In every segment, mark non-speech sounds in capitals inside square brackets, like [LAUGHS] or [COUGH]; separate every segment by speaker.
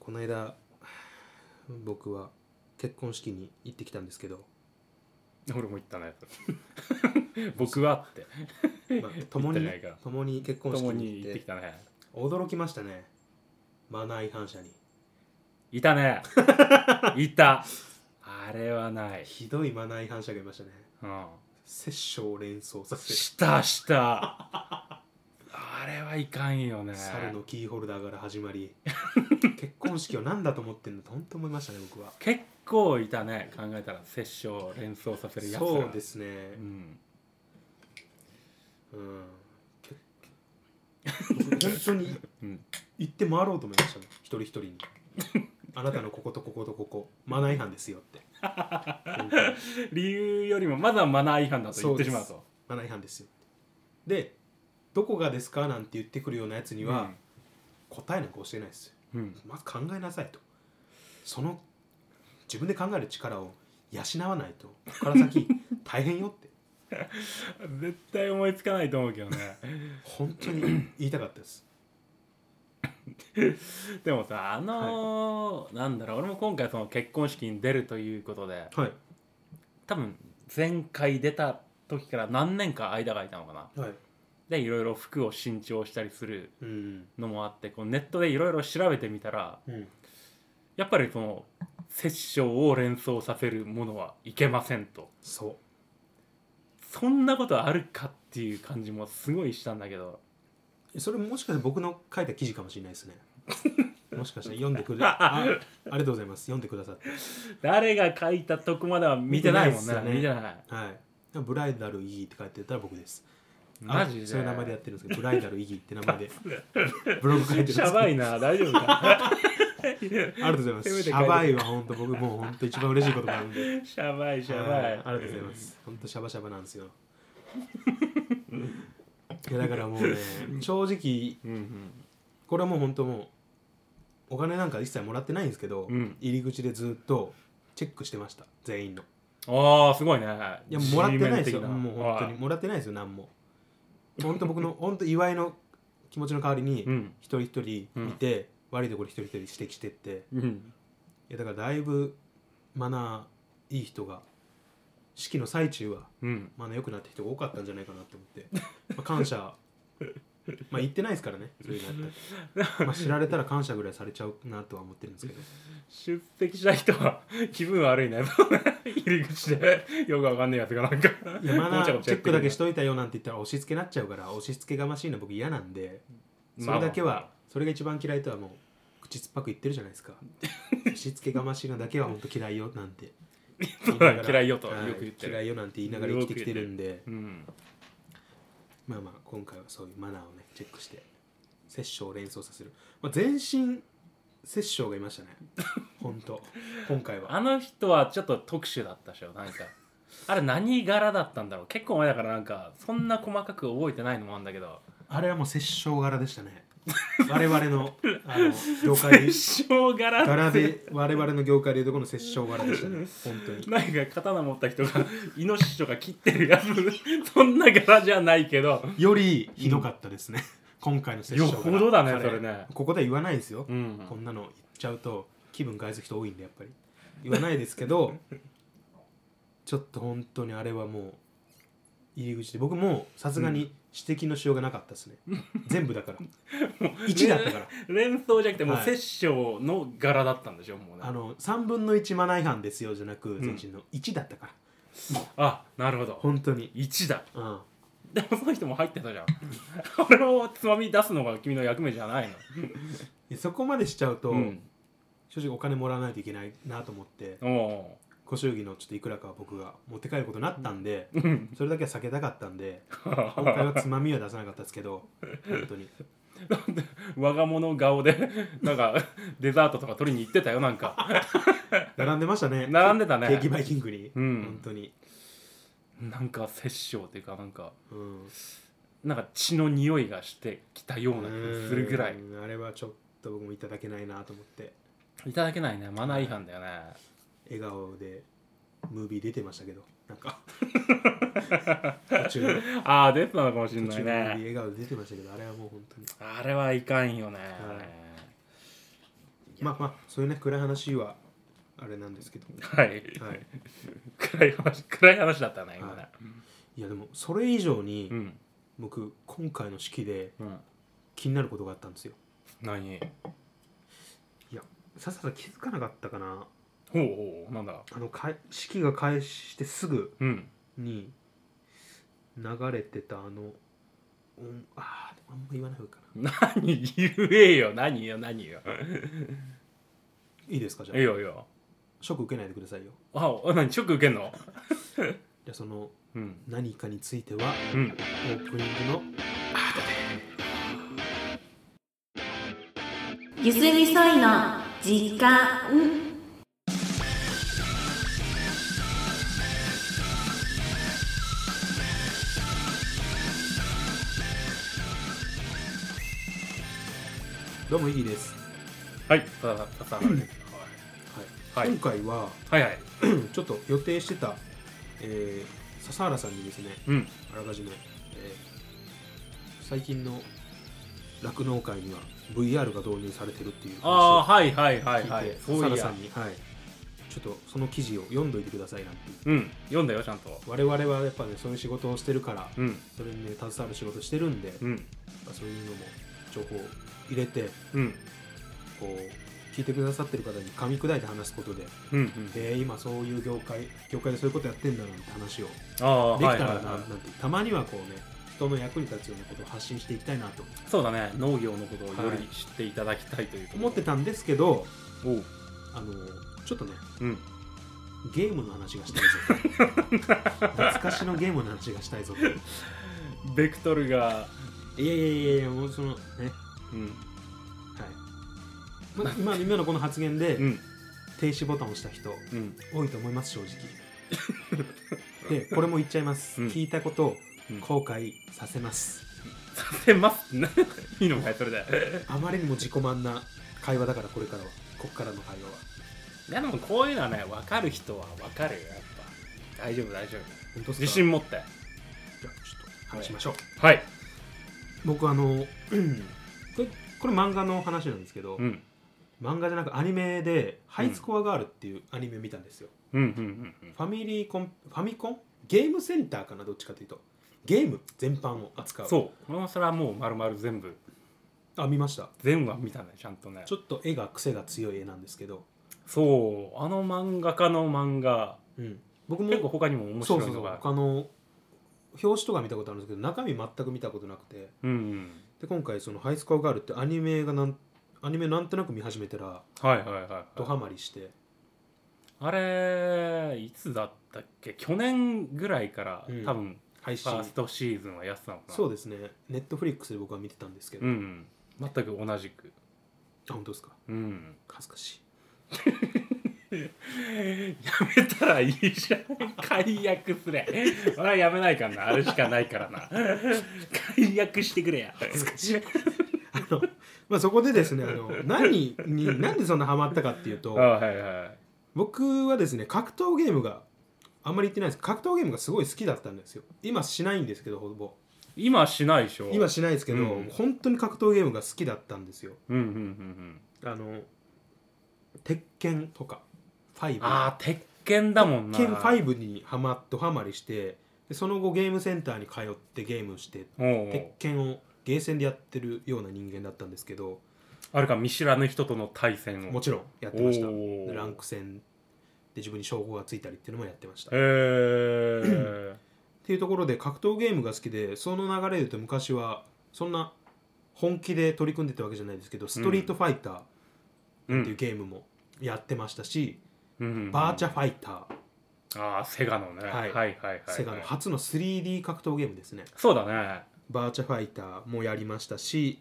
Speaker 1: この間僕は結婚式に行ってきたんですけど、
Speaker 2: 俺も言ったね [LAUGHS] 僕はって
Speaker 1: まあ、共に
Speaker 2: 行ってないから
Speaker 1: 共に結婚式
Speaker 2: 共
Speaker 1: に
Speaker 2: に
Speaker 1: 行
Speaker 2: 行
Speaker 1: っ
Speaker 2: っててきたね
Speaker 1: 驚きましたねマナー違反者に
Speaker 2: いたねいたあれはない、
Speaker 1: ひどいマナー違反者がいましたね
Speaker 2: うん、
Speaker 1: 殺生を連想させ
Speaker 2: したしたあれはいかんよね
Speaker 1: 猿のキーホルダーから始まり結婚式は何だと思ってんのと本当思いましたね僕は
Speaker 2: 結構いたね考えたら殺生を連想させるやつら、
Speaker 1: そうですすね
Speaker 2: うん、
Speaker 1: うんけ [LAUGHS] 僕本当に
Speaker 2: うん
Speaker 1: 行って回ろうと思いましたもん一人一人 [LAUGHS] にあなたのこことこことここマナー違反ですよ [LAUGHS] って本当に
Speaker 2: 理由よりもまずはマナー違反だと言ってしまうと
Speaker 1: マナー違反ですよってでどこがですかなんて言ってくるようなやつには、答えなんか教えないですよ
Speaker 2: うんうん
Speaker 1: まず考えなさいとその自分で考える力を養わないとここから [LAUGHS] 先大変よって
Speaker 2: 絶対思いつかないと思うけどね
Speaker 1: 本当に言いたかったです
Speaker 2: でもさあのーなんだろう俺も今回その結婚式に出るということで
Speaker 1: はい
Speaker 2: 多分前回出た時から何年か間が空いたのかな
Speaker 1: はい
Speaker 2: でいろいろ服を新調したりする
Speaker 1: うん
Speaker 2: のもあってこうネットでいろいろ調べてみたら
Speaker 1: うん
Speaker 2: やっぱりその殺生を連想させるものはいけませんと
Speaker 1: そう
Speaker 2: そんなことあるかっていう感じもすごいしたんだけど
Speaker 1: それもしかして僕の書いた記事かもしれないです
Speaker 2: [LAUGHS]
Speaker 1: ねもしかして読んでくれあありがとうございます読んでくださって
Speaker 2: 誰が書いたとこまでは見てないもん
Speaker 1: 見て
Speaker 2: ね
Speaker 1: ないっすよね
Speaker 2: 見てない
Speaker 1: はいブライダルイギーって書いてたら僕です
Speaker 2: マジで
Speaker 1: あそういう名前でやってるんですけどブライダルイギーって名前で
Speaker 2: [LAUGHS]
Speaker 1: ブログ書いてるんです
Speaker 2: シ
Speaker 1: けど
Speaker 2: ャバいな大丈
Speaker 1: [LAUGHS]
Speaker 2: 夫か
Speaker 1: ありがとうございます。シ
Speaker 2: せめて書いて
Speaker 1: ャバいは本当僕もう本当一番嬉しいことなんで。
Speaker 2: シャバいシャ
Speaker 1: は
Speaker 2: バ
Speaker 1: い
Speaker 2: い
Speaker 1: ありがとうございます。本当シャバシャバなんですよ。いやだからもうね、正直
Speaker 2: うんうん
Speaker 1: これはもう本当もうお金なんか一切もらってないんですけど、
Speaker 2: うん
Speaker 1: 入り口でずっとチェックしてました全員の。
Speaker 2: ああすごいね
Speaker 1: いやもらってないですよ。
Speaker 2: G メン
Speaker 1: も
Speaker 2: 的
Speaker 1: う本当にもらってないですよ何も。本当僕の [LAUGHS] 本当祝いの気持ちの代わりに
Speaker 2: うん
Speaker 1: 一人一人見て、悪いところ一人一人指摘してって。
Speaker 2: うん
Speaker 1: いやだからだいぶマナーいい人が式の最中は
Speaker 2: うん
Speaker 1: マナー良くなった人が多かったんじゃないかなと思って、まあ、感謝まあ言ってないですからねそういうのやった [LAUGHS] ら、まあ、知られたら感謝ぐらいされちゃうなとは思ってるんですけど
Speaker 2: 出席した人は気分悪いね [LAUGHS] 入り口でよくわかんないやつがなんか
Speaker 1: いやマナ
Speaker 2: ごちゃご
Speaker 1: ー
Speaker 2: ちゃ
Speaker 1: チェッ
Speaker 2: やって
Speaker 1: ク
Speaker 2: る
Speaker 1: だけしといたよなんて言ったら押し付けなっちゃうから押し付けがましいの僕嫌なんでそ
Speaker 2: まあ
Speaker 1: れだけはそれが一番嫌いとはもう口酸っぱく言ってるじゃないですか押し付けがましいのだけは本当嫌いよなんて言いながら
Speaker 2: [LAUGHS] 嫌いよとよく言って
Speaker 1: はい嫌
Speaker 2: る
Speaker 1: いよなんて言いながら生きてきてるんで
Speaker 2: うん
Speaker 1: まあまあ今回はそういうマナーをねチェックして殺生を連想させる、まあ、全身殺生がいましたね本当今回は
Speaker 2: あの人はちょっと特殊だったでしょなんかあれ何柄だったんだろう結構前だからなんかそんな細かく覚えてないのもあるんだけど
Speaker 1: あれはもう殺生柄でしたね我々のあの業
Speaker 2: [LAUGHS]
Speaker 1: 界で
Speaker 2: 殺生柄
Speaker 1: 柄
Speaker 2: [LAUGHS]
Speaker 1: で我々の業界でいうとこの殺生柄でしたね本当に
Speaker 2: なんか刀持った人がイノシシとか切ってるやつそんな柄じゃない
Speaker 1: [LAUGHS]
Speaker 2: けど
Speaker 1: よりひどかったですね、今回の殺生
Speaker 2: よ
Speaker 1: 柄
Speaker 2: ほどだね
Speaker 1: 彼
Speaker 2: それね
Speaker 1: ここでは言わないですよ、
Speaker 2: うん
Speaker 1: こんなの言っちゃうと気分害する人多いんでやっぱり言わないですけ
Speaker 2: [LAUGHS]
Speaker 1: どちょっと本当にあれはもう入り口で僕もさすがに指摘のしようがなかったですね、全部だから1だったから
Speaker 2: 連想じゃなくてもう
Speaker 1: はい
Speaker 2: 殺生の柄だったんでしょもうね
Speaker 1: あの3分の1マナー違反ですよじゃなく全身の1だったから、
Speaker 2: あなるほど
Speaker 1: 本当に
Speaker 2: 1だ [LAUGHS]
Speaker 1: うん
Speaker 2: でもその人も入ってたじゃん [LAUGHS] 俺をつまみ出すのが君の役目じゃないの
Speaker 1: でそこまでしちゃうと、
Speaker 2: うん
Speaker 1: 正直お金もらわないといけないなと思って
Speaker 2: お
Speaker 1: ご祝儀のちょっといくらかは僕が持って帰ることになったんで、
Speaker 2: ううん
Speaker 1: それだけは避けたかったん
Speaker 2: [LAUGHS]
Speaker 1: で今回はつまみは出さなかったですけど本当に
Speaker 2: 我が物顔でなんか [LAUGHS] デザートとか取りに行ってたよなん [LAUGHS] か
Speaker 1: 並んでましたね
Speaker 2: 並んでたね
Speaker 1: ケーキバイキングに、
Speaker 2: うん
Speaker 1: 本当に、
Speaker 2: なんか殺生っていうかなんか
Speaker 1: うん、
Speaker 2: なんか血の匂いがしてきたような気がするぐらい
Speaker 1: うんあれはちょっと僕もいただけないなと思って
Speaker 2: いただけないねマナー違反だよね
Speaker 1: 笑顔でムービー出てましたけどなん
Speaker 2: [LAUGHS]
Speaker 1: か途中の
Speaker 2: ああ出てたのかもしれ
Speaker 1: 途
Speaker 2: な
Speaker 1: 中
Speaker 2: い
Speaker 1: のムー
Speaker 2: ね
Speaker 1: ビー笑顔で出てましたけどあれはもう本当に
Speaker 2: あれはいかんよね、
Speaker 1: いまあまあそういうね暗い話はあれなんですけど、
Speaker 2: はい
Speaker 1: はい、
Speaker 2: 暗い話 [LAUGHS] 暗い話だったな今
Speaker 1: は
Speaker 2: ない
Speaker 1: やでもそれ以上に
Speaker 2: うん
Speaker 1: 僕今回の式で
Speaker 2: うん
Speaker 1: 気になることがあったんですよ
Speaker 2: 何
Speaker 1: さっさと気づかなかったかな
Speaker 2: ほうほうなんだ
Speaker 1: あのかい式が開始してすぐ
Speaker 2: うん
Speaker 1: に流れてたあの音あーでもあんま言わない方がいいかな
Speaker 2: [LAUGHS] 何言えよ何よ何よ
Speaker 1: いいですかじゃ
Speaker 2: いい
Speaker 1: あ
Speaker 2: よいいよ
Speaker 1: ショック受けないでくださいよ
Speaker 2: あお何ショック受けんの
Speaker 1: じゃあその
Speaker 2: うん
Speaker 1: 何かについては
Speaker 2: うん
Speaker 1: オープニングの
Speaker 3: ゆすみそいの時間
Speaker 1: どうもいいです、
Speaker 2: はいさあさあさあ
Speaker 1: は
Speaker 2: はいい
Speaker 1: 今回は
Speaker 2: はいはい
Speaker 1: ちょっと予定してた、えー、笹原さんにですね
Speaker 2: うん
Speaker 1: あらかじめ、えー最近の酪農会には VR が導入されてるっていう話を
Speaker 2: ああーはいはいは
Speaker 1: 聞い
Speaker 2: い
Speaker 1: て、
Speaker 2: はい
Speaker 1: 笹
Speaker 2: う
Speaker 1: 原
Speaker 2: い
Speaker 1: さ
Speaker 2: や
Speaker 1: んに、はい、ちょっとその記事を読んどいてくださいなんて言って
Speaker 2: うん読んだよちゃんと
Speaker 1: 我々はやっぱねそういう仕事をしてるから
Speaker 2: うん
Speaker 1: それにね携わる仕事してるんで、やっ
Speaker 2: うん
Speaker 1: ぱそういうのも情報を入れて
Speaker 2: うん
Speaker 1: こう聞いてくださってる方に噛み砕いて話すことで、
Speaker 2: うんうん
Speaker 1: えー今そういう業界業界でそういうことやってんだなんて話を
Speaker 2: ああ
Speaker 1: できたらな、
Speaker 2: はいはい
Speaker 1: な
Speaker 2: は
Speaker 1: ん
Speaker 2: い
Speaker 1: てたまにはこうね人の役に立つようなことを発信していきたいなと
Speaker 2: そうだね農業のことをよ
Speaker 1: はい
Speaker 2: り知っていただきたいというところ
Speaker 1: 思ってたんですけど
Speaker 2: おう
Speaker 1: あのちょっとね
Speaker 2: うん
Speaker 1: ゲームの話がしたい
Speaker 2: [LAUGHS]
Speaker 1: ぞ懐かしのゲームの話がしたいぞと
Speaker 2: ベクトルが
Speaker 1: いやいやいやいやもうそのねはい
Speaker 2: うん
Speaker 1: ま今今のこの発言で
Speaker 2: うん
Speaker 1: 停止ボタンを押した人
Speaker 2: うん
Speaker 1: 多いと思い
Speaker 2: [LAUGHS]
Speaker 1: ます正直でこれも言っちゃいます、
Speaker 2: うん
Speaker 1: 聞いたことを
Speaker 2: うん
Speaker 1: 後悔させます、
Speaker 2: させますないいのかいそれで
Speaker 1: あまりにも自己満な会話だからこれからはこっからの会話はい
Speaker 2: やでもこういうのはね分かる人は分かるよやっぱ大丈夫大丈夫
Speaker 1: 本当っすか
Speaker 2: 自信持って
Speaker 1: じゃあちょっと話しましょう、
Speaker 2: はい
Speaker 1: 僕あのこれこれ漫画の話なんですけど、
Speaker 2: うん
Speaker 1: 漫画じゃなくアニメで「ハイスコアガール」っていうアニメ見たんですよ、
Speaker 2: うんうんうん
Speaker 1: ファミリーコンファミコンゲームセンターかなどっちかというとゲーム全般を扱う
Speaker 2: う
Speaker 1: ん
Speaker 2: そうもうそれはもう丸々全部
Speaker 1: あ見ました
Speaker 2: 全部は見たねちゃんとね
Speaker 1: ちょっと絵が癖が強い絵なんですけど、
Speaker 2: そうあの漫画家の漫画
Speaker 1: うん、僕も
Speaker 2: 結構他にも面白
Speaker 1: そ
Speaker 2: い
Speaker 1: うそ
Speaker 2: の
Speaker 1: うそう
Speaker 2: がある
Speaker 1: 他の表紙とか見たことあるんですけど中身全く見たことなくて
Speaker 2: うんうん
Speaker 1: で今回その「ハイスコアガール」ってアニメがなんアニメなんとなく見始めたら
Speaker 2: はいはいはいはい
Speaker 1: ドハマりして
Speaker 2: あれいつだったっけ去年ぐらいから、
Speaker 1: うん
Speaker 2: 多分
Speaker 1: 配
Speaker 2: フ
Speaker 1: 信
Speaker 2: ァーストシーズンはやってたのかな
Speaker 1: そうですねネットフリックスで僕は見てたんですけど、
Speaker 2: う
Speaker 1: あ
Speaker 2: んうん全く同じく
Speaker 1: 本当ですか
Speaker 2: うん
Speaker 1: 恥ずかしい
Speaker 2: やめたらいいじゃん解約すれ俺はやめないからなあれしかないからな解約してくれや
Speaker 1: 恥ずかしいあの、まあ、そこでですねあ
Speaker 2: [LAUGHS]
Speaker 1: の何になんでそんなハマったかっていう
Speaker 2: あ
Speaker 1: と
Speaker 2: はいはい
Speaker 1: 僕はですね格闘ゲームがあんまり言ってないです格闘ゲームがすごい好きだったんですよ今しないんですけどほぼ
Speaker 2: 今はしないでしょ
Speaker 1: 今しないですけど、
Speaker 2: うん
Speaker 1: 本当に格闘ゲームが好きだったんですよ
Speaker 2: うんうんうんうん
Speaker 1: あの鉄拳とか5
Speaker 2: ああ鉄拳だもんな
Speaker 1: 鉄拳5にハマドハマりしてでその後ゲームセンターに通ってゲームして
Speaker 2: おうお
Speaker 1: 鉄
Speaker 2: う
Speaker 1: 拳をゲーセンでやってるような人間だったんですけど
Speaker 2: あれか見知らぬ人との対戦を
Speaker 1: もちろんやってました
Speaker 2: おー
Speaker 1: でランク戦で自分に称号がついたりっていうのもやってましたっ
Speaker 2: へえ
Speaker 1: ていうところで格闘ゲームが好きでその流れで言うと昔はそんな本気で取り組んでたわけじゃないですけど「ストリートファイター」っ
Speaker 2: う
Speaker 1: ていうんゲームもやってましたし
Speaker 2: う
Speaker 1: 「
Speaker 2: ん
Speaker 1: バーチャファイター
Speaker 2: ああセガのね、
Speaker 1: はい
Speaker 2: はいはいはい」
Speaker 1: セガの初の 3D 格闘ゲームですね
Speaker 2: そうだね
Speaker 1: バーチャファイターもやりましたし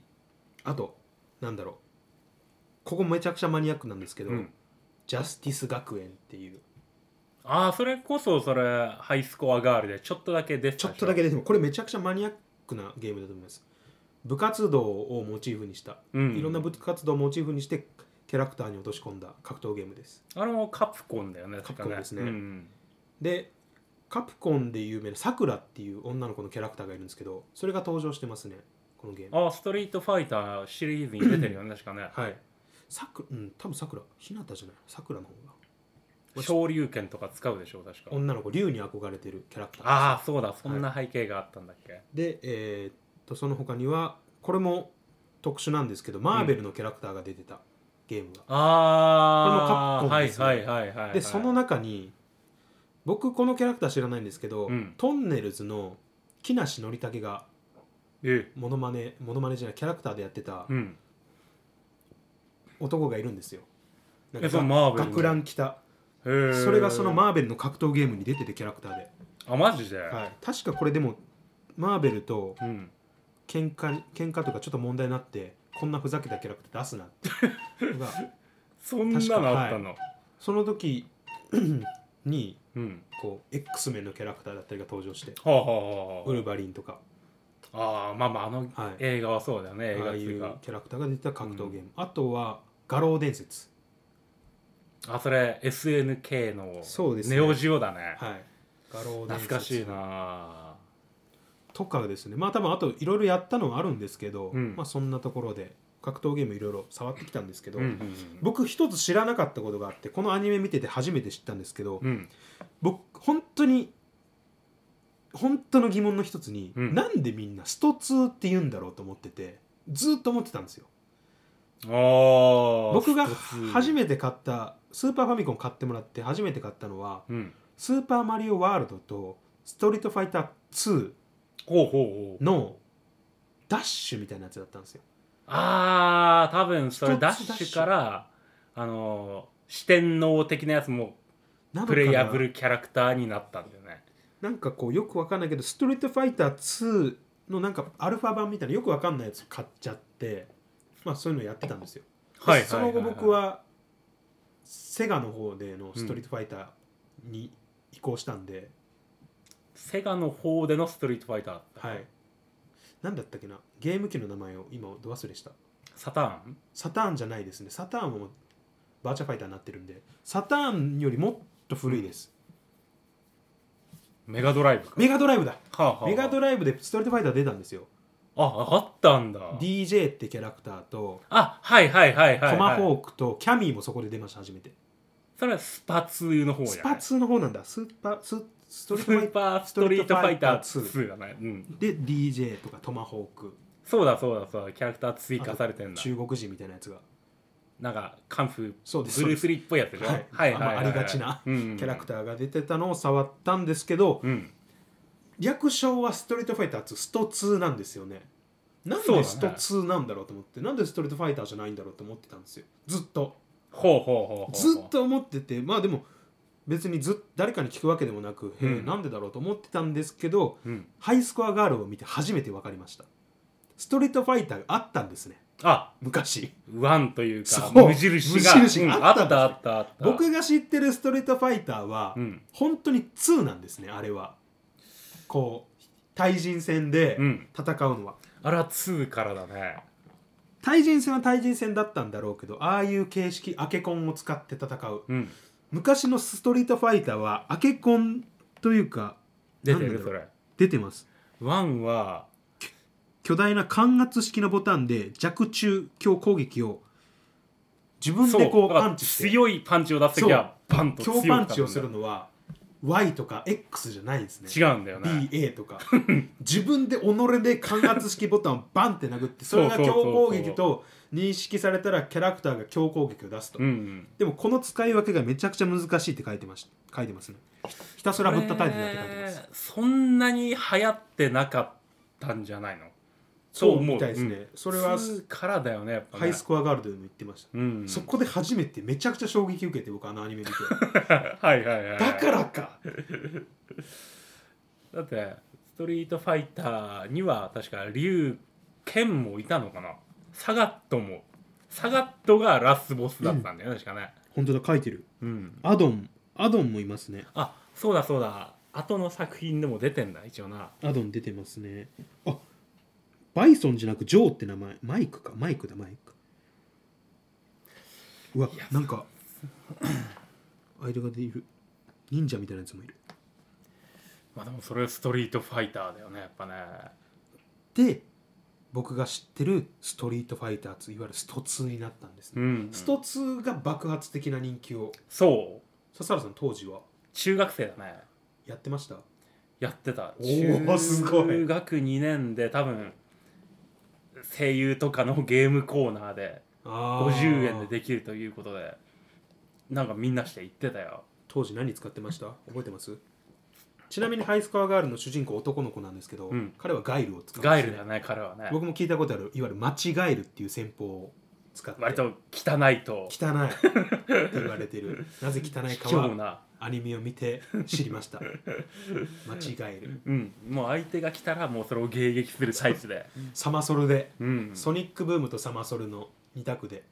Speaker 1: あとなんだろうここめちゃくちゃマニアックなんですけど、
Speaker 2: うん
Speaker 1: ジャスティス学園っていう
Speaker 2: ああそれこそそれハイスコアガールでちょっとだけ出て
Speaker 1: ちょ
Speaker 2: た
Speaker 1: っ
Speaker 2: でし
Speaker 1: とだけ出てもこれめちゃくちゃマニアックなゲームだと思います部活動をモチーフにした、
Speaker 2: うん
Speaker 1: いろんな部活動をモチーフにしてキャラクターに落とし込んだ格闘ゲームです
Speaker 2: あれもカプコンだよね
Speaker 1: カプコンですね
Speaker 2: 確かうん
Speaker 1: でカプコンで有名なさくらっていう女の子のキャラクターがいるんですけどそれが登場してますねこのゲーム
Speaker 2: ああストリートファイターシリーズに出てるよね確かね
Speaker 1: はいさくうん多分さくらひなたじゃないさくらの方が
Speaker 2: 昇竜拳とか使うでしょ確か
Speaker 1: 女の子竜に憧れてるキャラクター
Speaker 2: ああそうだそんな背景があったんだっけ、
Speaker 1: でえーっとその他にはこれも特殊なんですけどマーベルのキャラクターが出てたゲームが、
Speaker 2: ああ
Speaker 1: これもカプコン
Speaker 2: は
Speaker 1: で
Speaker 2: い
Speaker 1: すね
Speaker 2: はいはいはいはい
Speaker 1: でその中に僕このキャラクター知らないんですけど、
Speaker 2: うん
Speaker 1: トンネルズの木梨憲武が
Speaker 2: え
Speaker 1: モノマネモノマネじゃないキャラクターでやってた
Speaker 2: うん
Speaker 1: 男がいるんですよなん
Speaker 2: え
Speaker 1: か
Speaker 2: そのマーベルの
Speaker 1: 学ラン着た
Speaker 2: へー
Speaker 1: それがそのマーベルの格闘ゲームに出ててキャラクターで、
Speaker 2: あマジで、
Speaker 1: はい、確かこれでもマーベルと
Speaker 2: うん
Speaker 1: 喧嘩に喧嘩とかちょっと問題になってこんなふざけたキャラクター出すなって
Speaker 2: [LAUGHS]
Speaker 1: が
Speaker 2: そんなのあったの、
Speaker 1: その時 [CLEARS THROAT] に
Speaker 2: うん
Speaker 1: こう X メンのキャラクターだったりが登場して
Speaker 2: はあはあはあ
Speaker 1: ウルバリンとか、
Speaker 2: ああまあまああの
Speaker 1: はい、
Speaker 2: 映画はそうだよね映画
Speaker 1: あ
Speaker 2: っ
Speaker 1: あ
Speaker 2: て
Speaker 1: い
Speaker 2: いう
Speaker 1: う
Speaker 2: か
Speaker 1: キャラクターが出てた格闘ゲーム、あとは「画廊伝説
Speaker 2: あそれ SNK の
Speaker 1: そうですね
Speaker 2: ネオジオだね」
Speaker 1: はい「画廊伝説
Speaker 2: 懐」かしいな
Speaker 1: とかですねまあ多分あといろいろやったのはあるんですけど、
Speaker 2: うん
Speaker 1: まあそんなところで格闘ゲームいろいろ触ってきたんですけど、
Speaker 2: うんうん
Speaker 1: 僕一つ知らなかったことがあってこのアニメ見てて初めて知ったんですけど、
Speaker 2: うん
Speaker 1: 僕本当に本当の疑問の一つに、
Speaker 2: うん
Speaker 1: なんでみんなスト2って言うんだろうと思っててずっと思ってたんですよ
Speaker 2: ああ
Speaker 1: 僕が初
Speaker 2: て
Speaker 1: めて買ったスーパーファミコン買ってもらって初めて買ったのは
Speaker 2: うん
Speaker 1: 「スーパーマリオワールド」と「ストリートファイター2
Speaker 2: ほうほうほ」う
Speaker 1: のダッシュみたいなやつだったんですよ
Speaker 2: ああ多分それ
Speaker 1: 一つ
Speaker 2: ダッシュからあのー四天王的なやつも
Speaker 1: なのか
Speaker 2: プ
Speaker 1: な
Speaker 2: レイヤブルキャラクターになったんだよね
Speaker 1: なんかこうよくわかんないけど「ストリートファイター2」のなんかアルファ版みたいなよくわかんないやつ買っちゃってまあそういうのやってたんですよでその後僕はセガの方での「ストリートファイター」に移行したんで、
Speaker 2: セガの方でのストリートファイター
Speaker 1: はいなんだったっけなゲーム機の名前を今ど忘れした
Speaker 2: サターン
Speaker 1: サターンじゃないですねサターンもバーチャファイターになってるんでサターンよりもっと古いです、
Speaker 2: メガドライブか
Speaker 1: メガドライブだ
Speaker 2: はあはあ
Speaker 1: メガドライブでストリートファイター出たんですよ
Speaker 2: ああったんだ
Speaker 1: DJ ってキャラクターと
Speaker 2: あはいはいはいはい、はい、
Speaker 1: トマホークとキャミーもそこで出ました初めて
Speaker 2: それはスパ2の方や、ね、
Speaker 1: スパ2の方なんだスーパースストリー
Speaker 2: ス
Speaker 1: トファイター
Speaker 2: ーパーストリートファイター
Speaker 1: ストリート
Speaker 2: 2だね、うん、
Speaker 1: で DJ とかトマホーク
Speaker 2: そうだそうだそうだキャラクター追加されてんだ
Speaker 1: 中国人みたいなやつが
Speaker 2: なんかカンフ
Speaker 1: そうです
Speaker 2: ーブルースリーっぽいやつでしょ
Speaker 1: はい
Speaker 2: はいはい
Speaker 1: ま
Speaker 2: は
Speaker 1: あ
Speaker 2: い
Speaker 1: ありがちなキ
Speaker 2: キ
Speaker 1: ャラク
Speaker 2: ター
Speaker 1: ターが出てたのを触ったんですけど、
Speaker 2: うん
Speaker 1: 略称はストリートファイター2スト2なんですよねなん
Speaker 2: そう
Speaker 1: で
Speaker 2: だね
Speaker 1: スト2なんだろうと思って、なんでストリートファイターじゃないんだろうと思ってたんですよずっと
Speaker 2: ほうほうほうほう
Speaker 1: ずっと思っててまあでも別にずっ誰かに聞くわけでもなく、
Speaker 2: うん
Speaker 1: へえなんでだろうと思ってたんですけど
Speaker 2: うん
Speaker 1: ハイスコアガールを見て初めて分かりましたストリートファイターがあったんですね
Speaker 2: あ
Speaker 1: 昔
Speaker 2: ワンというか
Speaker 1: そう
Speaker 2: 無印が
Speaker 1: 無印が
Speaker 2: うん
Speaker 1: あ
Speaker 2: あ
Speaker 1: ったんだ
Speaker 2: ったあったあった
Speaker 1: 僕が知ってるストリートファイターは、
Speaker 2: うん
Speaker 1: 本当に2なんですねあれはこう対人戦で
Speaker 2: うん
Speaker 1: 戦うのは、
Speaker 2: あれは2からだね
Speaker 1: 対人戦は対人戦だったんだろうけどああいう形式アケコンを使って戦う
Speaker 2: うん
Speaker 1: 昔のストリートファイターはアケコンというか
Speaker 2: 出て
Speaker 1: なん
Speaker 2: る
Speaker 1: だろ
Speaker 2: そ
Speaker 1: う
Speaker 2: れ
Speaker 1: 出てます
Speaker 2: ワンは
Speaker 1: 巨大な感圧式のボタンで弱中強攻撃を自分でこう
Speaker 2: だから
Speaker 1: パンチして
Speaker 2: 強いパンチを出すときはバンと強
Speaker 1: 強
Speaker 2: く
Speaker 1: パンチをす
Speaker 2: 叩く
Speaker 1: る
Speaker 2: ん
Speaker 1: のは Y とか X じゃないんですね
Speaker 2: だ違うんだよね
Speaker 1: BA
Speaker 2: [LAUGHS]
Speaker 1: とか自分で己で感圧式ボタンをバンって殴ってそれが
Speaker 2: そう
Speaker 1: 強
Speaker 2: そうそうそう
Speaker 1: 攻撃と認識されたらキャラクターが強攻撃を出すと、
Speaker 2: うんうん
Speaker 1: でもこの使い分けがめちゃくちゃ難しいって書いてました書いてますねひたすらぶったたいてたって書いてます
Speaker 2: これそんなに流行ってなかったんじゃないの
Speaker 1: そう
Speaker 2: と思
Speaker 1: みたいですね、そ
Speaker 2: そ
Speaker 1: れ
Speaker 2: れ
Speaker 1: は
Speaker 2: はからだよねやっぱね
Speaker 1: ハイスコアガールドでも言ってました、
Speaker 2: うん
Speaker 1: そこで初めてめちゃくちゃ衝撃受けて僕あのアニメ見て
Speaker 2: [LAUGHS] はいはいは
Speaker 1: [LAUGHS]
Speaker 2: い
Speaker 1: だからか
Speaker 2: だってストリートファイターには確か龍剣もいたのかなサガットもサガットがラスボスだったんだよね、確かね
Speaker 1: 本当だ書いてる
Speaker 2: うん
Speaker 1: アドンアドンもいますね
Speaker 2: あそうだそうだ後の作品でも出てんだ一応な
Speaker 1: アドン出てますねあバイソンじゃなくジョーって名前マイクかマイクだマイクうわなんか [CLEARS THROAT] 間が出る忍者みたいなやつもいる
Speaker 2: まあでもそれストリートファイターだよねやっぱね
Speaker 1: で僕が知ってるストリートファイター2いわゆるスト2になったんです
Speaker 2: う
Speaker 1: ね、
Speaker 2: ん、
Speaker 1: スト2が爆発的な人気を
Speaker 2: そう
Speaker 1: 笹原さん当時は
Speaker 2: 中学生だね
Speaker 1: やってました
Speaker 2: やってた
Speaker 1: おー
Speaker 2: 中
Speaker 1: すごい
Speaker 2: 中学2年で多分声優とかのゲームコーナーで
Speaker 1: あー
Speaker 2: 50円でできるということでなんかみんなして言ってたよ
Speaker 1: 当時何使ってました覚えてますちなみにハイスコアガールの主人公男の子なんですけど、
Speaker 2: うん
Speaker 1: 彼はガイルを使ってま
Speaker 2: ガ
Speaker 1: す
Speaker 2: イルだね彼はね
Speaker 1: 僕も聞いたことあるいわゆる間違えるっていう戦法を使って
Speaker 2: 割と汚いと
Speaker 1: 汚いって言われて
Speaker 2: [LAUGHS]
Speaker 1: るなぜ汚い
Speaker 2: 卑
Speaker 1: か
Speaker 2: 怯
Speaker 1: は
Speaker 2: な
Speaker 1: アニメを見て知りま
Speaker 2: [LAUGHS]
Speaker 1: した間違える
Speaker 2: うんもう相手が来たらもうそれを迎撃するタイプで
Speaker 1: サマソルで、
Speaker 2: うん
Speaker 1: ソニックブームとサマソルの2択で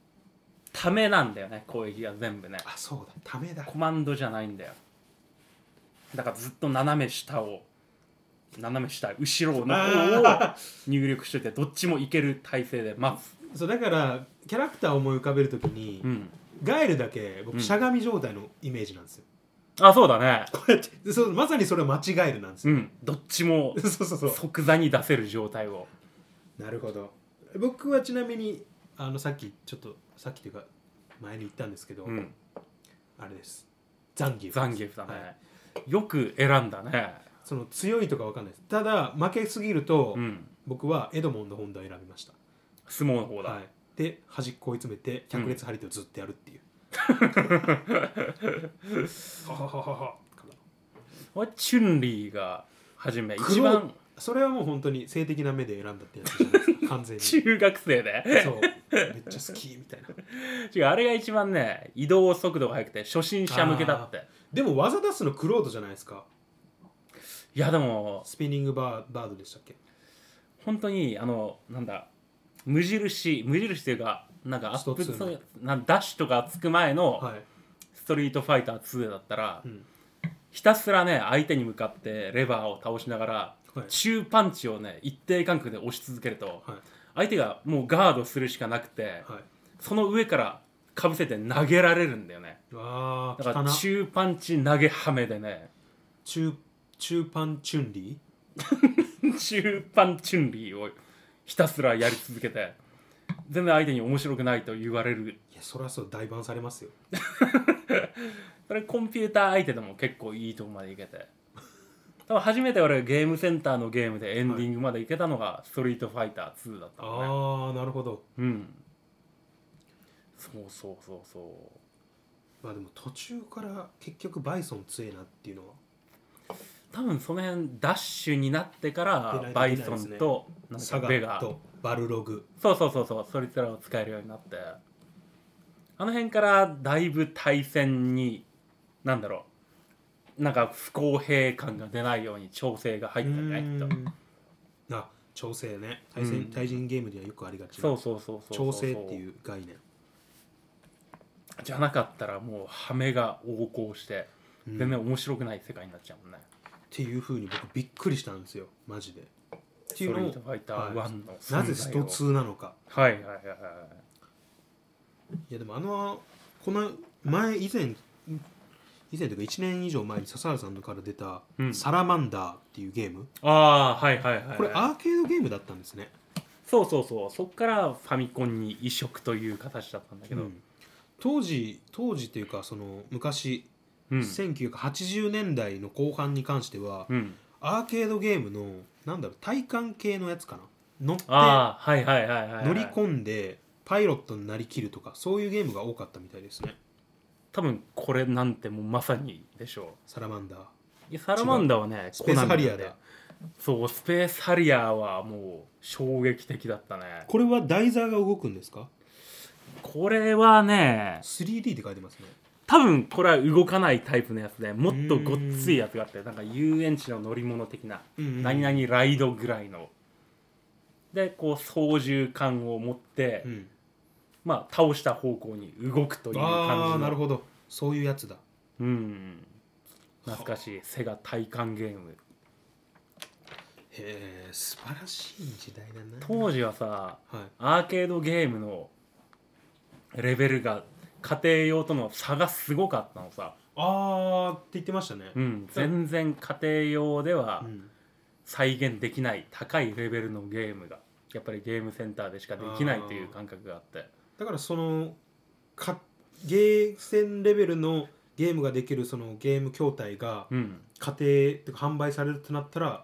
Speaker 2: ためなんだよね攻撃が全部ね
Speaker 1: あそうだためだ
Speaker 2: コマンドじゃないんだよだからずっと斜め下を斜め下後ろの方を
Speaker 1: あ
Speaker 2: 入力しててどっちもいける体勢で待つ
Speaker 1: そうだからキャラクターを思い浮かべるときに、
Speaker 2: うん
Speaker 1: ガイルだけ
Speaker 2: う
Speaker 1: 僕
Speaker 2: ん
Speaker 1: しゃがみ状態のイメージなんですよ、 [LAUGHS]
Speaker 2: あそうだね
Speaker 1: こうやってでそうまさにそれは間違えるなんです
Speaker 2: う
Speaker 1: よ、
Speaker 2: んどっちも
Speaker 1: [LAUGHS] そうそうそう
Speaker 2: 即座に出せる状態を
Speaker 1: なるほど僕はちなみにあのさっきちょっとさっきというか前に言ったんですけど、
Speaker 2: うん
Speaker 1: あれですザンギエフ
Speaker 2: ザンギエフだね、
Speaker 1: はい
Speaker 2: よく選んだね
Speaker 1: その強いとかわかんないですただ負けすぎると、
Speaker 2: うん
Speaker 1: 僕はエドモンの本田を選びました
Speaker 2: 相撲の方だ、
Speaker 1: はい、で端っこ追い詰めて百列張り手をずっとやるっていう、ははははは
Speaker 2: 俺チュンリーが初め
Speaker 1: 黒
Speaker 2: 一番
Speaker 1: それはもう本当に性的な目で選んだってやつじゃないです [LAUGHS] か完全にそう
Speaker 2: 中学生で
Speaker 1: めっちゃ好きみたいな
Speaker 2: 違うあれが一番ね移動速度が速くて初心者向けだって
Speaker 1: でも技出すのクロードじゃないですか
Speaker 2: いやでも
Speaker 1: スピニングバーバードでしたっけ
Speaker 2: 本当にあのなんだ無印無印というかなんかアップ
Speaker 1: スト2の
Speaker 2: なんダッシュとかつく前の
Speaker 1: はい、
Speaker 2: ストリートファイター2だったら、
Speaker 1: うん
Speaker 2: ひたすらね相手に向かってレバーを倒しながら
Speaker 1: はい
Speaker 2: 中パンチをね一定間隔で押し続けると
Speaker 1: はい
Speaker 2: 相手がもうガードするしかなくて
Speaker 1: はい、
Speaker 2: その上からかぶせて投げられるんだよね
Speaker 1: あ
Speaker 2: だ
Speaker 1: あ
Speaker 2: から
Speaker 1: 中
Speaker 2: 中パンチ投げはめでね
Speaker 1: 中中パンチュンリ
Speaker 2: 中パンチュンリーをひたすらやり続けて全然相手に面白くないと言われる
Speaker 1: ーいやそりゃそう大バンされますよ
Speaker 2: それコンピューター相手でも結構いいとこまでいけ
Speaker 1: [LAUGHS]
Speaker 2: て多分初めて俺がゲームセンターのゲームでエンディングまでいけたのが「ストリートファイター2」だったのね
Speaker 1: ああなるほど
Speaker 2: うんそうそうそうそ
Speaker 1: まあでも途中から結局バイソン強えなっていうのは
Speaker 2: う多分その辺ダッシュになってか
Speaker 1: 出な
Speaker 2: ら
Speaker 1: い
Speaker 2: バイソン
Speaker 1: 出ないです
Speaker 2: となんだ
Speaker 1: サ
Speaker 2: っけ
Speaker 1: ガ
Speaker 2: ベガ
Speaker 1: とバルログ
Speaker 2: そうそうそうそうそいつらを使えるようになってあの辺からだいぶ対戦になんだろうなんか不公平感が出ないように調整が入ったんじゃないきっと
Speaker 1: とあ調整ね対戦、
Speaker 2: うん
Speaker 1: 対人ゲームではよくありがちな
Speaker 2: そうそうそうそう
Speaker 1: 調整っていう概念
Speaker 2: じゃなかったらもうハメが横行して
Speaker 1: うん
Speaker 2: 全然面白くない世界になっちゃうもんね、
Speaker 1: っていうふうに僕びっくりしたんですよマジでっていう
Speaker 2: スト
Speaker 1: の
Speaker 2: リ
Speaker 1: を
Speaker 2: ートファイター1の
Speaker 1: はい
Speaker 2: 存在を
Speaker 1: なぜスト2なのか
Speaker 2: はいはいはいはい
Speaker 1: いやでもあのこの前以前以前というか1年以上前に笹原さんのから出た
Speaker 2: う
Speaker 1: 「
Speaker 2: ん
Speaker 1: サラマンダー」っていうゲーム
Speaker 2: ああーはいはいはいはい
Speaker 1: これアーケードゲームだったんですね
Speaker 2: そうそうそうそっからファミコンに移植という形だったんだけど、
Speaker 1: うん当時当時というかその昔
Speaker 2: うん
Speaker 1: 1980年代の後半に関しては
Speaker 2: うん
Speaker 1: アーケードゲームのなんだろう体感系のやつかな乗って
Speaker 2: ああはいはいはいはいはい
Speaker 1: 乗り込んでパイロットになりきるとかそういうゲームが多かったみたいですね
Speaker 2: 多分これなんてもうまさにでしょ
Speaker 1: サラマンダー
Speaker 2: ういやサラマンダーはね
Speaker 1: スペースハリアーだ
Speaker 2: コナミなんでそうスペースハリアーはもう衝撃的だったね
Speaker 1: これは台座が動くんですか
Speaker 2: これはね
Speaker 1: 3D って書いてますね
Speaker 2: 多分これは動かないタイプのやつでもっとごっついやつがあってなんか遊園地の乗り物的な何々ライドぐらいのでこう操縦感を持って、
Speaker 1: うん
Speaker 2: まあ倒した方向に動くという感
Speaker 1: ああ
Speaker 2: じ
Speaker 1: な
Speaker 2: の
Speaker 1: るほどそういうやつだ
Speaker 2: うん懐かしいセガ体感ゲーム
Speaker 1: へえ素晴らしい時代だな
Speaker 2: 当時はさ
Speaker 1: はい
Speaker 2: アーケードゲームのレベルが家庭用との差がすごかったのさ、
Speaker 1: あーって言ってましたね
Speaker 2: うん、全然家庭用では
Speaker 1: うん
Speaker 2: 再現できない高いレベルのゲームがやっぱりゲームセンターでしかできないという感覚があって
Speaker 1: だからそのかゲーセンレベルのゲームができるそのゲーム筐体が
Speaker 2: うん
Speaker 1: 家庭っていうか販売されるとなったら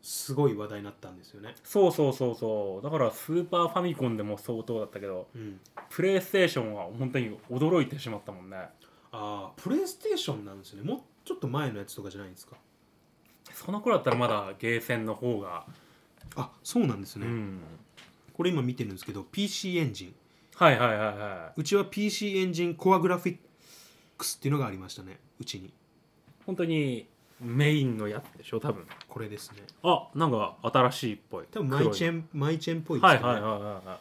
Speaker 1: すごい話題になったんですよね、
Speaker 2: そうそうそうそうだからスーパーファミコンでも相当だったけど
Speaker 1: うん、
Speaker 2: プレイステーションは本当に驚いてしまったもんね
Speaker 1: ああプレイステーションなんですよねもうちょっと前のやつとかじゃないんですか
Speaker 2: その頃だったらまだゲーセンの方が
Speaker 1: あそうなんです
Speaker 2: う
Speaker 1: ね、
Speaker 2: ん
Speaker 1: これ今見てるんですけど PC エンジン
Speaker 2: はいはいはいはいう
Speaker 1: ちは PC エンジンコアグラフィックスっていうのがありましたねうちに
Speaker 2: 本当にメインのやつでしょ多分
Speaker 1: これですね
Speaker 2: あなんか新しいっぽい
Speaker 1: 多分マイチェ
Speaker 2: ン
Speaker 1: ンマイチェンっぽいです
Speaker 2: は
Speaker 1: ね、
Speaker 2: いはいはいはいは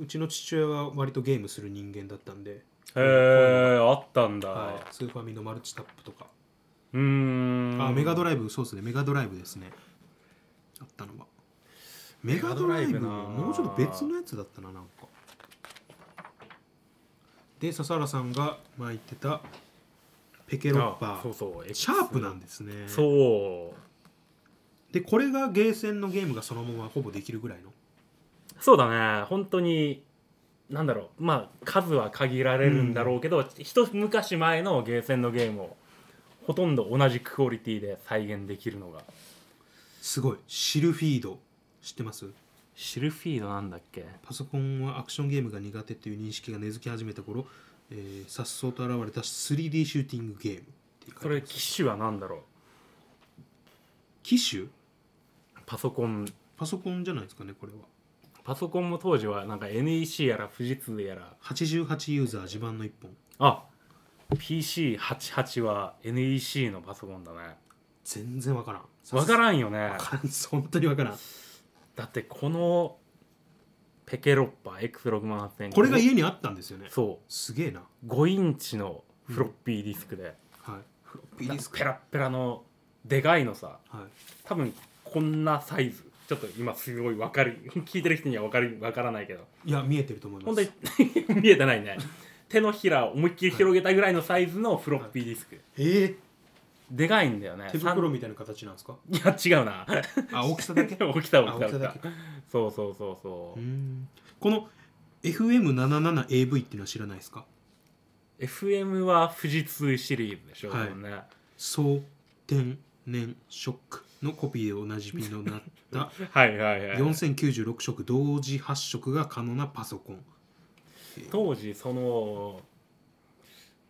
Speaker 1: うちの父親は割とゲームする人間だったんで、
Speaker 2: いへえあったんだ、
Speaker 1: はい、スーファミのマルチタップとか、
Speaker 2: うーん
Speaker 1: あメガド
Speaker 2: イ
Speaker 1: ライブそうですねメガドライブですねあったのはメガ
Speaker 2: ガ
Speaker 1: ド
Speaker 2: ド
Speaker 1: ラ
Speaker 2: ラ
Speaker 1: イ
Speaker 2: イ
Speaker 1: ブ
Speaker 2: ブな
Speaker 1: もうちょっと別のやつだったななんかで笹原さんが巻いてたペケロッパ
Speaker 2: そう
Speaker 1: ー
Speaker 2: そう
Speaker 1: シャープなんですね
Speaker 2: そう
Speaker 1: でこれがゲーセンのゲームがそのままほぼできるぐらいの
Speaker 2: そうだね本当になんだろうまあ数は限られるんだろうけど、一昔前のゲーセンのゲームをほとんど同じクオリティで再現できるのが
Speaker 1: すごいシルフィード知ってます
Speaker 2: シルフィードなんだっけ
Speaker 1: パソコンはアクションゲームが苦手という認識が根付き始めた頃、えー、颯爽と現れた 3D シューティングゲームっていう
Speaker 2: それ機種は何だろう
Speaker 1: 機種
Speaker 2: パソコン
Speaker 1: パソコンじゃないですかねこれは
Speaker 2: パソコンも当時はなんか NEC やら富士通やら
Speaker 1: 88ユーザー自慢の一本
Speaker 2: あ PC88 は NEC のパソコンだね
Speaker 1: 全然わからん
Speaker 2: わからんよね
Speaker 1: わからんです本当にわからん
Speaker 2: だってこのペケロッパ X68000
Speaker 1: これが家にあったんですよね
Speaker 2: そう
Speaker 1: すげえな
Speaker 2: 5インチのフロッピーディスクで、
Speaker 1: はいフロッピーディスク
Speaker 2: ペラッペラのでかいのさ
Speaker 1: はい
Speaker 2: 多分こんなサイズちょっと今すごい分かる聞いてる人には分かる分からないけど
Speaker 1: いや見えてると思います
Speaker 2: 本当に見えてないね手のひらを思いっきり広げたぐらいのサイズのフロッピーディスク、
Speaker 1: え
Speaker 2: でかいんだよね
Speaker 1: ー、手袋みたいな形なんですか
Speaker 2: さんいや違うな [LAUGHS]
Speaker 1: あ [LAUGHS] 大きさだけ
Speaker 2: 大きさ
Speaker 1: あ大
Speaker 2: 大
Speaker 1: き
Speaker 2: きさ
Speaker 1: さだ
Speaker 2: 大
Speaker 1: け
Speaker 2: きさそうそうそうそうう、
Speaker 1: んこの FM77AV っていうのは知らないですか
Speaker 2: FM は富士通シリーズでしょ、
Speaker 1: はい
Speaker 2: 多分ね
Speaker 1: 蒼天年ショックのコピーでおなじみのな [LAUGHS] った
Speaker 2: はいはいはい
Speaker 1: 4096色同時発色が可能なパソコン
Speaker 2: 当時その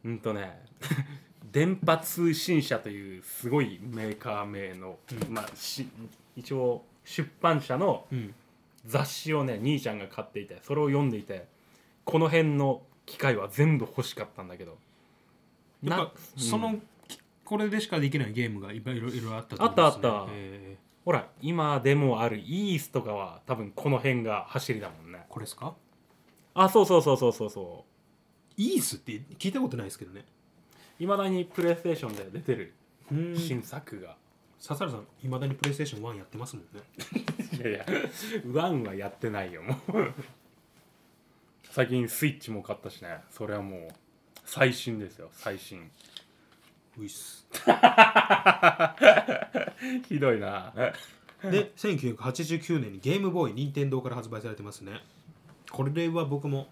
Speaker 2: うんとね [LAUGHS] 電波通信社というすごいメーカー名の、まあ、し一応出版社の
Speaker 1: うん
Speaker 2: 雑誌をね兄ちゃんが買っていてそれを読んでいてこの辺の機械は全部欲しかったんだけど
Speaker 1: やっぱ
Speaker 2: うん
Speaker 1: その、きこれでしかできないゲームがいっぱいいろいろあったてこと
Speaker 2: あったあった
Speaker 1: え
Speaker 2: ほら今でもあるイースとかは多分この辺が走りだもんね
Speaker 1: ーこれですか
Speaker 2: あそうそうそうそうそうそう
Speaker 1: イースって聞いたことないですけどね
Speaker 2: いまだにプレイステーションで出てる
Speaker 1: うん
Speaker 2: 新作が、
Speaker 1: 笹原さんいまだにプレイステーション1やってますもんね
Speaker 2: いやいや、ワンはやってないよ、もう。最近スイッチも買ったしね、それはもう、最新ですよ、最新。
Speaker 1: ういっす
Speaker 2: ひどいな。
Speaker 1: で1989年にゲームボーイ任天堂から発売されてますねこれは僕も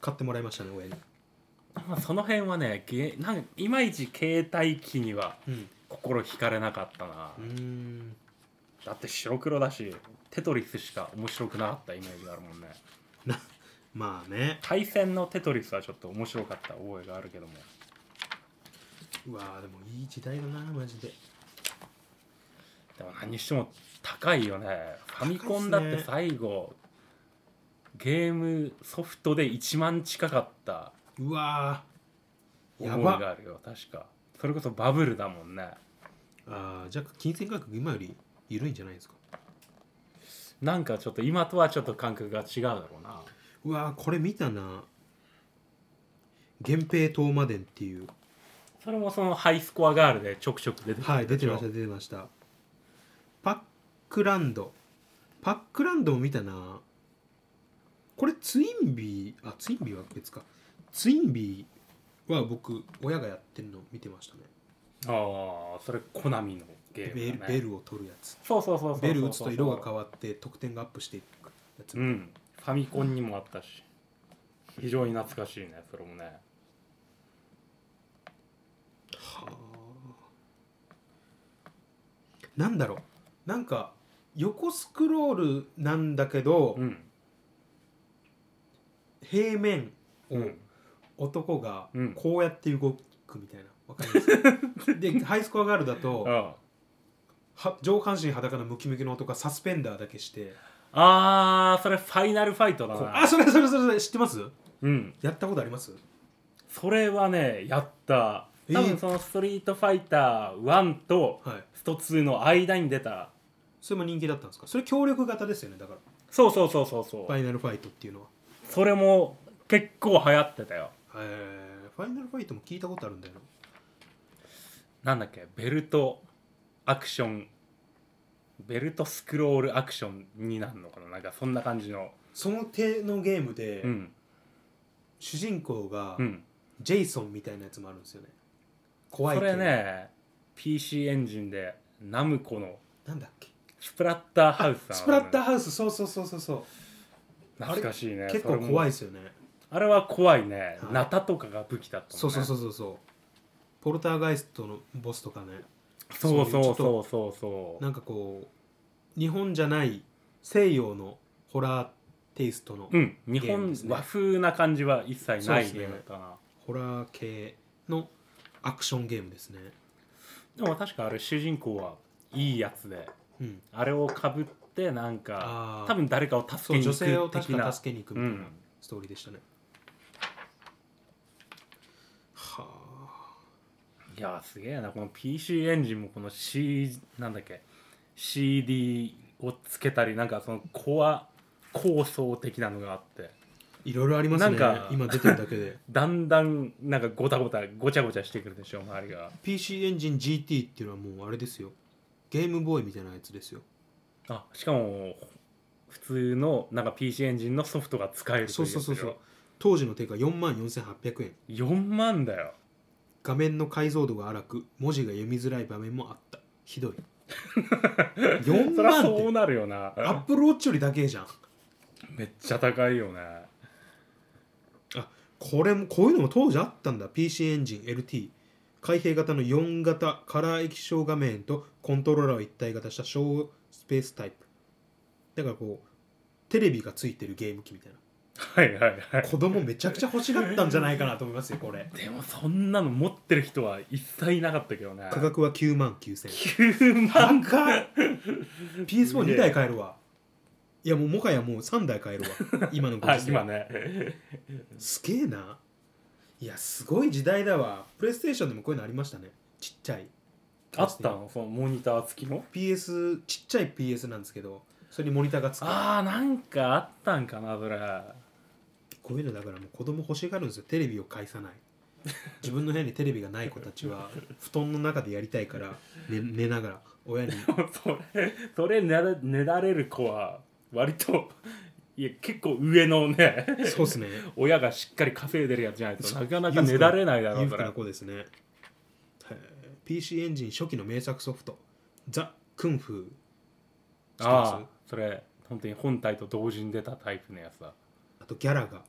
Speaker 1: 買ってもらいましたね親に
Speaker 2: まあその辺はね、ゲーなんかいまいち携帯機には
Speaker 1: うん
Speaker 2: 心惹かれなかったな
Speaker 1: う。ん
Speaker 2: だって白黒だし、テトリスしか面白くなかったイメージがあるもんね。
Speaker 1: なまあね
Speaker 2: 対戦のテトリスはちょっと面白かった覚えがあるけども。
Speaker 1: うわーでもいい時代だなマジで
Speaker 2: でも何にしても高いよねファミコンだって最後、ゲームソフトで1万近かった
Speaker 1: うわーや
Speaker 2: 思い
Speaker 1: ば
Speaker 2: があるよ確かそれこそバブルだもんね
Speaker 1: あーじゃあ金銭価格今より緩いんじゃないですか
Speaker 2: なんかちょっと今とはちょっと感覚が違うだろうな
Speaker 1: うわーこれ見たな源平東馬伝っていう
Speaker 2: それもそのハイスコアガールでちょくちょく出てくる
Speaker 1: はい出てまし
Speaker 2: す
Speaker 1: た出てましたパックランドパックランドも見たなこれツインビーあツインビーは別かツインビーは僕親がやってるの見てましたね
Speaker 2: ああそれコナミのゲ
Speaker 1: ベ
Speaker 2: ーム
Speaker 1: ル
Speaker 2: だ、ね、
Speaker 1: ベルを取るやつ
Speaker 2: そうそうそうそうそう
Speaker 1: ベル打つと色が変
Speaker 2: わ
Speaker 1: わって得点がアップしていくやつ、
Speaker 2: うんファミコンにもあったし非常に懐かしいねそれもね
Speaker 1: はあなんだろうなんか横スクロールなんだけど、
Speaker 2: うん
Speaker 1: 平面
Speaker 2: う
Speaker 1: を
Speaker 2: ん
Speaker 1: 男が
Speaker 2: うん
Speaker 1: こうやって動くみたいなわかります
Speaker 2: [LAUGHS]
Speaker 1: でハイスコアガールだと
Speaker 2: あ
Speaker 1: は上半身裸のムキムキの男がサスペンダーだけして
Speaker 2: あーそれファイナルファイトだ
Speaker 1: こう
Speaker 2: な
Speaker 1: あそれそれそれそれ知ってます
Speaker 2: うん
Speaker 1: やったことあります
Speaker 2: それはねやった
Speaker 1: えー
Speaker 2: 多分そのストリートファイター1と
Speaker 1: はい
Speaker 2: スト2の間に出た
Speaker 1: それも人気だったんですかそれ協力型ですよねだから
Speaker 2: そうそうそうそうそ
Speaker 1: ファ
Speaker 2: う
Speaker 1: イナルファイトっていうのは
Speaker 2: それも結構流行ってたよ
Speaker 1: えーファイナルファイトも聞いたことあるんだよな
Speaker 2: なんだっけベルトアクションベルトスクロールアクションになるのかななんかそんな感じの
Speaker 1: その手のゲームで、
Speaker 2: うん
Speaker 1: 主人公が
Speaker 2: うん
Speaker 1: ジェイソンみたいなやつもあるんですよね怖い
Speaker 2: そ
Speaker 1: けど
Speaker 2: れね PC エンジンでナムコの
Speaker 1: なんだっけ
Speaker 2: スプラッターハウスさん
Speaker 1: スプラッターハウスそうそうそうそうそう
Speaker 2: 懐かしいね
Speaker 1: 結構怖い
Speaker 2: い
Speaker 1: ですよね
Speaker 2: あれは怖いね、
Speaker 1: はい
Speaker 2: ナタとかが武器だったもん、ね、
Speaker 1: そうそうそううそうそうポルターガイストのボスとかね
Speaker 2: そう
Speaker 1: そう
Speaker 2: そう
Speaker 1: いうち
Speaker 2: そ
Speaker 1: ょ
Speaker 2: うそうそう
Speaker 1: なんかこう日本じゃない西洋のホラーテイストの、
Speaker 2: うん日
Speaker 1: ゲーム
Speaker 2: 本
Speaker 1: ですね
Speaker 2: 和風な感じは一切
Speaker 1: そう
Speaker 2: な
Speaker 1: で
Speaker 2: い
Speaker 1: す
Speaker 2: ゲ
Speaker 1: ね
Speaker 2: ームだったな
Speaker 1: ホラー系のアクションゲームですね
Speaker 2: でも確かあれ主人公はいいやつで
Speaker 1: うん
Speaker 2: あれをかぶってなんか
Speaker 1: あー
Speaker 2: 多分誰かを助
Speaker 1: そう
Speaker 2: けに行
Speaker 1: 女性を
Speaker 2: く的
Speaker 1: 確
Speaker 2: な
Speaker 1: か助けに行くみたいなストーリーでしたね、はあ
Speaker 2: いやーすげえなこの PC エンジンもこの C なんだっけ CD をつけたりなんかそのコア構想的なのがあって
Speaker 1: いろいろありますね
Speaker 2: なんか
Speaker 1: 今出てるだけで [LAUGHS]
Speaker 2: だんだんなんかごたごたごちゃごちゃしてくるでしょ周りが
Speaker 1: PC エンジン GT っていうのはもうあれですよゲームボーイみたいなやつですよ
Speaker 2: あしかも普通のなんか PC エンジンのソフトが使えるとい
Speaker 1: そううそうそうそう
Speaker 2: やつでしょ
Speaker 1: 当時の定価4万4800円
Speaker 2: 4万だよ
Speaker 1: 画面の解像度が荒く文字が読みづらい場面もあったひ [LAUGHS] どい4
Speaker 2: そりゃ
Speaker 1: 万
Speaker 2: そう
Speaker 1: って
Speaker 2: なるよな
Speaker 1: アップルウォッチよりだけじゃん
Speaker 2: めっちゃ高いよね
Speaker 1: これもこういうのも当時あったんだ PC エンジン LT 開閉型の4型カラー液晶画面とコントローラーを一体型した小スペースタイプだからこうテレビがついてるゲーム機みたいな
Speaker 2: はいはいはい
Speaker 1: 子供めちゃくちゃ欲しがったんじゃないかなと思いますよこ
Speaker 2: [LAUGHS]
Speaker 1: れ
Speaker 2: でもそんなの持ってる人は一切いなかったけどね [LAUGHS]
Speaker 1: 価格は9万9000円
Speaker 2: 9万
Speaker 1: 高い PS42 台買えるわいやもうもはやもう3台買えるわ今のご
Speaker 2: あ
Speaker 1: 時世
Speaker 2: 今ね
Speaker 1: すげえないやすごい時代だわプレイステーションでもこういうのありましたねちっちゃい
Speaker 2: あったのそのモニター付きの
Speaker 1: PS ちっちゃい PS なんですけどそれにモニターがつく
Speaker 2: あーなんかあったんかなそれ
Speaker 1: こういうのだからもう子供欲しがるんですよテレビを返さない自分の部屋にテレビがない子たち
Speaker 2: [LAUGHS]
Speaker 1: は布団の中でやりたいから寝寝ながら親
Speaker 2: [LAUGHS]
Speaker 1: に
Speaker 2: [LAUGHS] それそれねだねだれる子は割といや結構上のね
Speaker 1: そうっすね
Speaker 2: 親がしっかり稼いでるやつじゃないと
Speaker 1: そう
Speaker 2: なかなかねだれないだろ
Speaker 1: 裕
Speaker 2: そ
Speaker 1: 福
Speaker 2: れ
Speaker 1: な子ですねへえ PC エンジン初期の名作ソフトザ・クンフー知ってます
Speaker 2: ああそれ本当に本体と同時に出たタイプのやつだ
Speaker 1: あとギャラガ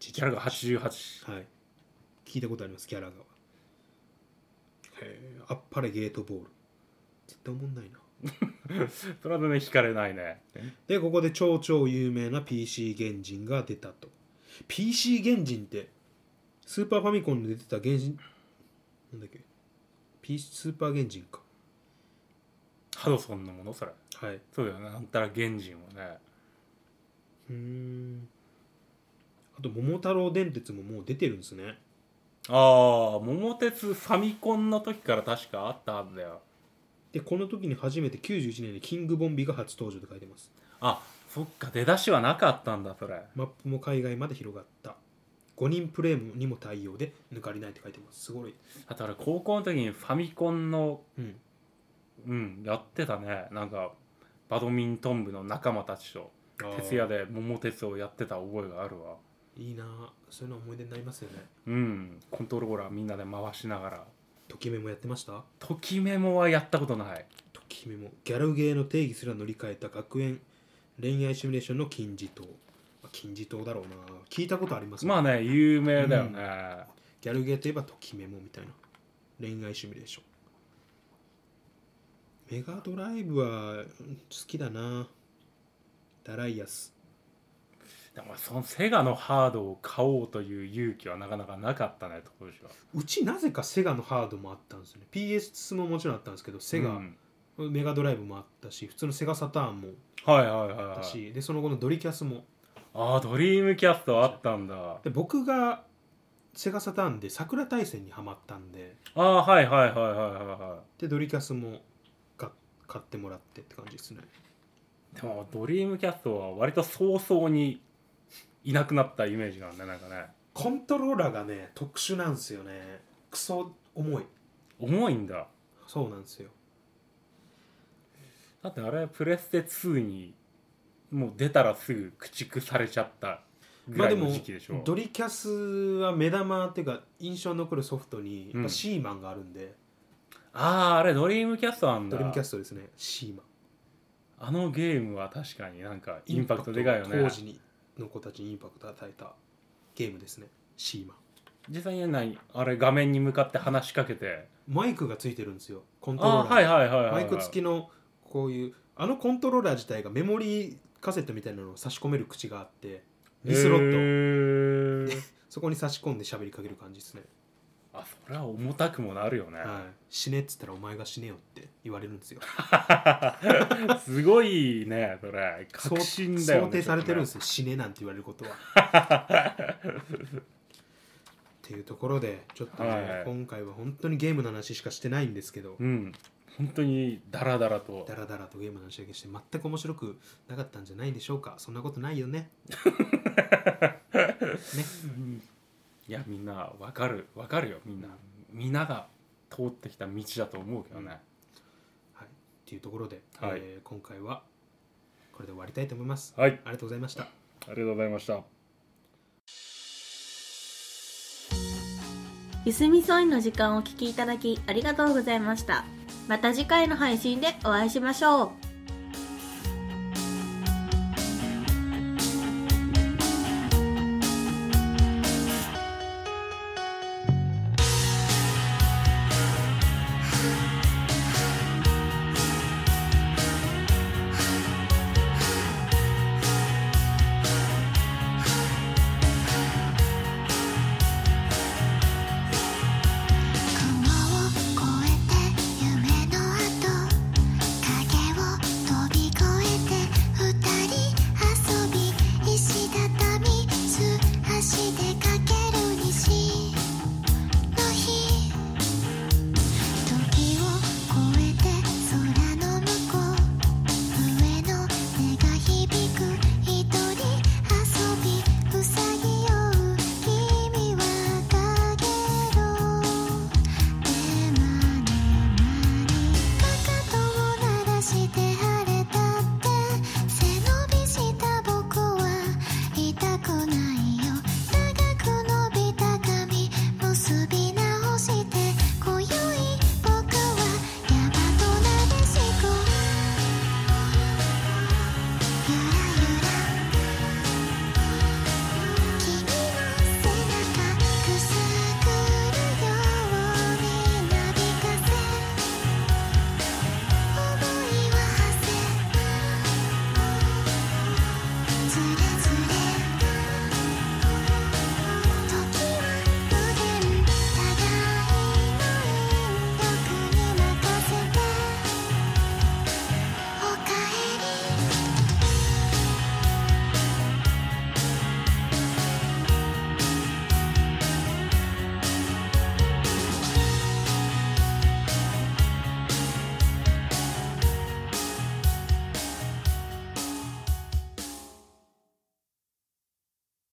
Speaker 2: ギャラが88 [LAUGHS]
Speaker 1: はい聞いたことありますギャラガはへえあっぱれゲートボール絶対おもんないな
Speaker 2: それはね惹かれないね
Speaker 1: でここで超超有名な PC 原人が出たと PC 原人ってスーパーファミコンで出てた原人なんだっけ、P、スーパー原人か
Speaker 2: ハドソンのものそれ
Speaker 1: はいう
Speaker 2: そうだよねなんたら原人はね
Speaker 1: ーんあと「桃太郎電鉄」ももう出てるんですね
Speaker 2: ああ桃鉄ファミコンの時から確かあったはずだよ
Speaker 1: でこの時に初めて91年にキングボンビが初登場と書いてます
Speaker 2: あそっか出だしはなかったんだそれ
Speaker 1: マップも海外まで広がった5人プレイにも対応で抜かりないって書いてますすごい、
Speaker 2: あとあれ高校の時にファミコンの
Speaker 1: うん、
Speaker 2: うんやってたねなんかバドミントン部の仲間たちと徹夜で桃鉄をやってた覚えがあるわ
Speaker 1: いいなそういうの思い出になりますよね
Speaker 2: うんコントローラーみんなで回しながら
Speaker 1: ときめもやってました
Speaker 2: ときメモはやったことない
Speaker 1: ときめもギャルゲーの定義すら塗り替えた学園恋愛シミュレーションの金字塔まあ金字塔だろうな聞いたことあります
Speaker 2: まあね有名だよね、
Speaker 1: ギャルゲーといえばときめもみたいな恋愛シミュレーションメガドライブはうん好きだなダライアス
Speaker 2: でもそのセガのハードを買おうという勇気はなかなかなかったね当時は
Speaker 1: うちなぜかセガのハードもあったんですよね PS ももちろんあったんですけどセガ、
Speaker 2: うん
Speaker 1: メガドライブもあったし普通のセガサターンも
Speaker 2: はいはいはい
Speaker 1: あった
Speaker 2: はい
Speaker 1: し、でその後のドリキャスも
Speaker 2: ああドリームキャストあったんだあ
Speaker 1: で僕がセガサターンで桜大戦にはまったんで
Speaker 2: あーはいはいはいはいはいは
Speaker 1: でドリキャスもが買ってもらってって感じですね
Speaker 2: いでもドリームキャストは割と早々にいなくなったイメージなんだなんかね
Speaker 1: コントローラーがね特殊なんですよねクソ重い
Speaker 2: 重いんだ
Speaker 1: そうなんですよ
Speaker 2: だってあれプレステ2にもう出たらすぐ駆逐されちゃったぐ
Speaker 1: まあ
Speaker 2: ら
Speaker 1: で
Speaker 2: いの
Speaker 1: も
Speaker 2: 時期でしょ、
Speaker 1: ドリキャスは目玉っていうか印象に残るソフトにやっ
Speaker 2: う
Speaker 1: ぱ
Speaker 2: ん
Speaker 1: シーマンがあるんで、
Speaker 2: あああれドリームキャストなんだ
Speaker 1: ドリームキャストですねシーマン
Speaker 2: あのゲームは確かになんかインパクトでかいよ
Speaker 1: 当
Speaker 2: ね
Speaker 1: 時にの子たちにインパクトを与えたゲームですねシーマン
Speaker 2: 実際に何あれ画面に向かって話しかけて
Speaker 1: マイクがついてるんですよコントロー
Speaker 2: あ
Speaker 1: ラー
Speaker 2: あ
Speaker 1: に
Speaker 2: はいはいはいはい、はい、
Speaker 1: マイク付きのこういうあのコントローラー自体がメモリーカセットみたいなのを差し込める口があって2スロット、
Speaker 2: ット
Speaker 1: そこに差し込んで喋りかける感じですね、
Speaker 2: あそれは重たくもなるよね、
Speaker 1: はい、死ねっつったらお前が死ねよって言われるんですよ
Speaker 2: すごいねそれ [LAUGHS] 確信だよね
Speaker 1: 想定されてるんですすよ死ねなんて言われること
Speaker 2: [LAUGHS]
Speaker 1: はっていうところでちょっとね、
Speaker 2: はい
Speaker 1: 今回は本当にゲームの話しかしてないんですけど
Speaker 2: うん本当にダラダラと
Speaker 1: ダラダラとゲームの話だけして全く面白くなかったんじゃないでしょうかそんなことないよねね
Speaker 2: いやみんなわかるわかるよみんなみんなが通ってきた道だと思うけどね、
Speaker 1: はい、っていうところで、
Speaker 2: はい
Speaker 1: えー今回はこれで終わりたいと思います。あ
Speaker 2: はい
Speaker 1: りがとうございました。
Speaker 2: ありがとうございました
Speaker 3: ゆすみそいの時間をお聞きいただきありがとうございましたまた次回の配信でお会いしましょう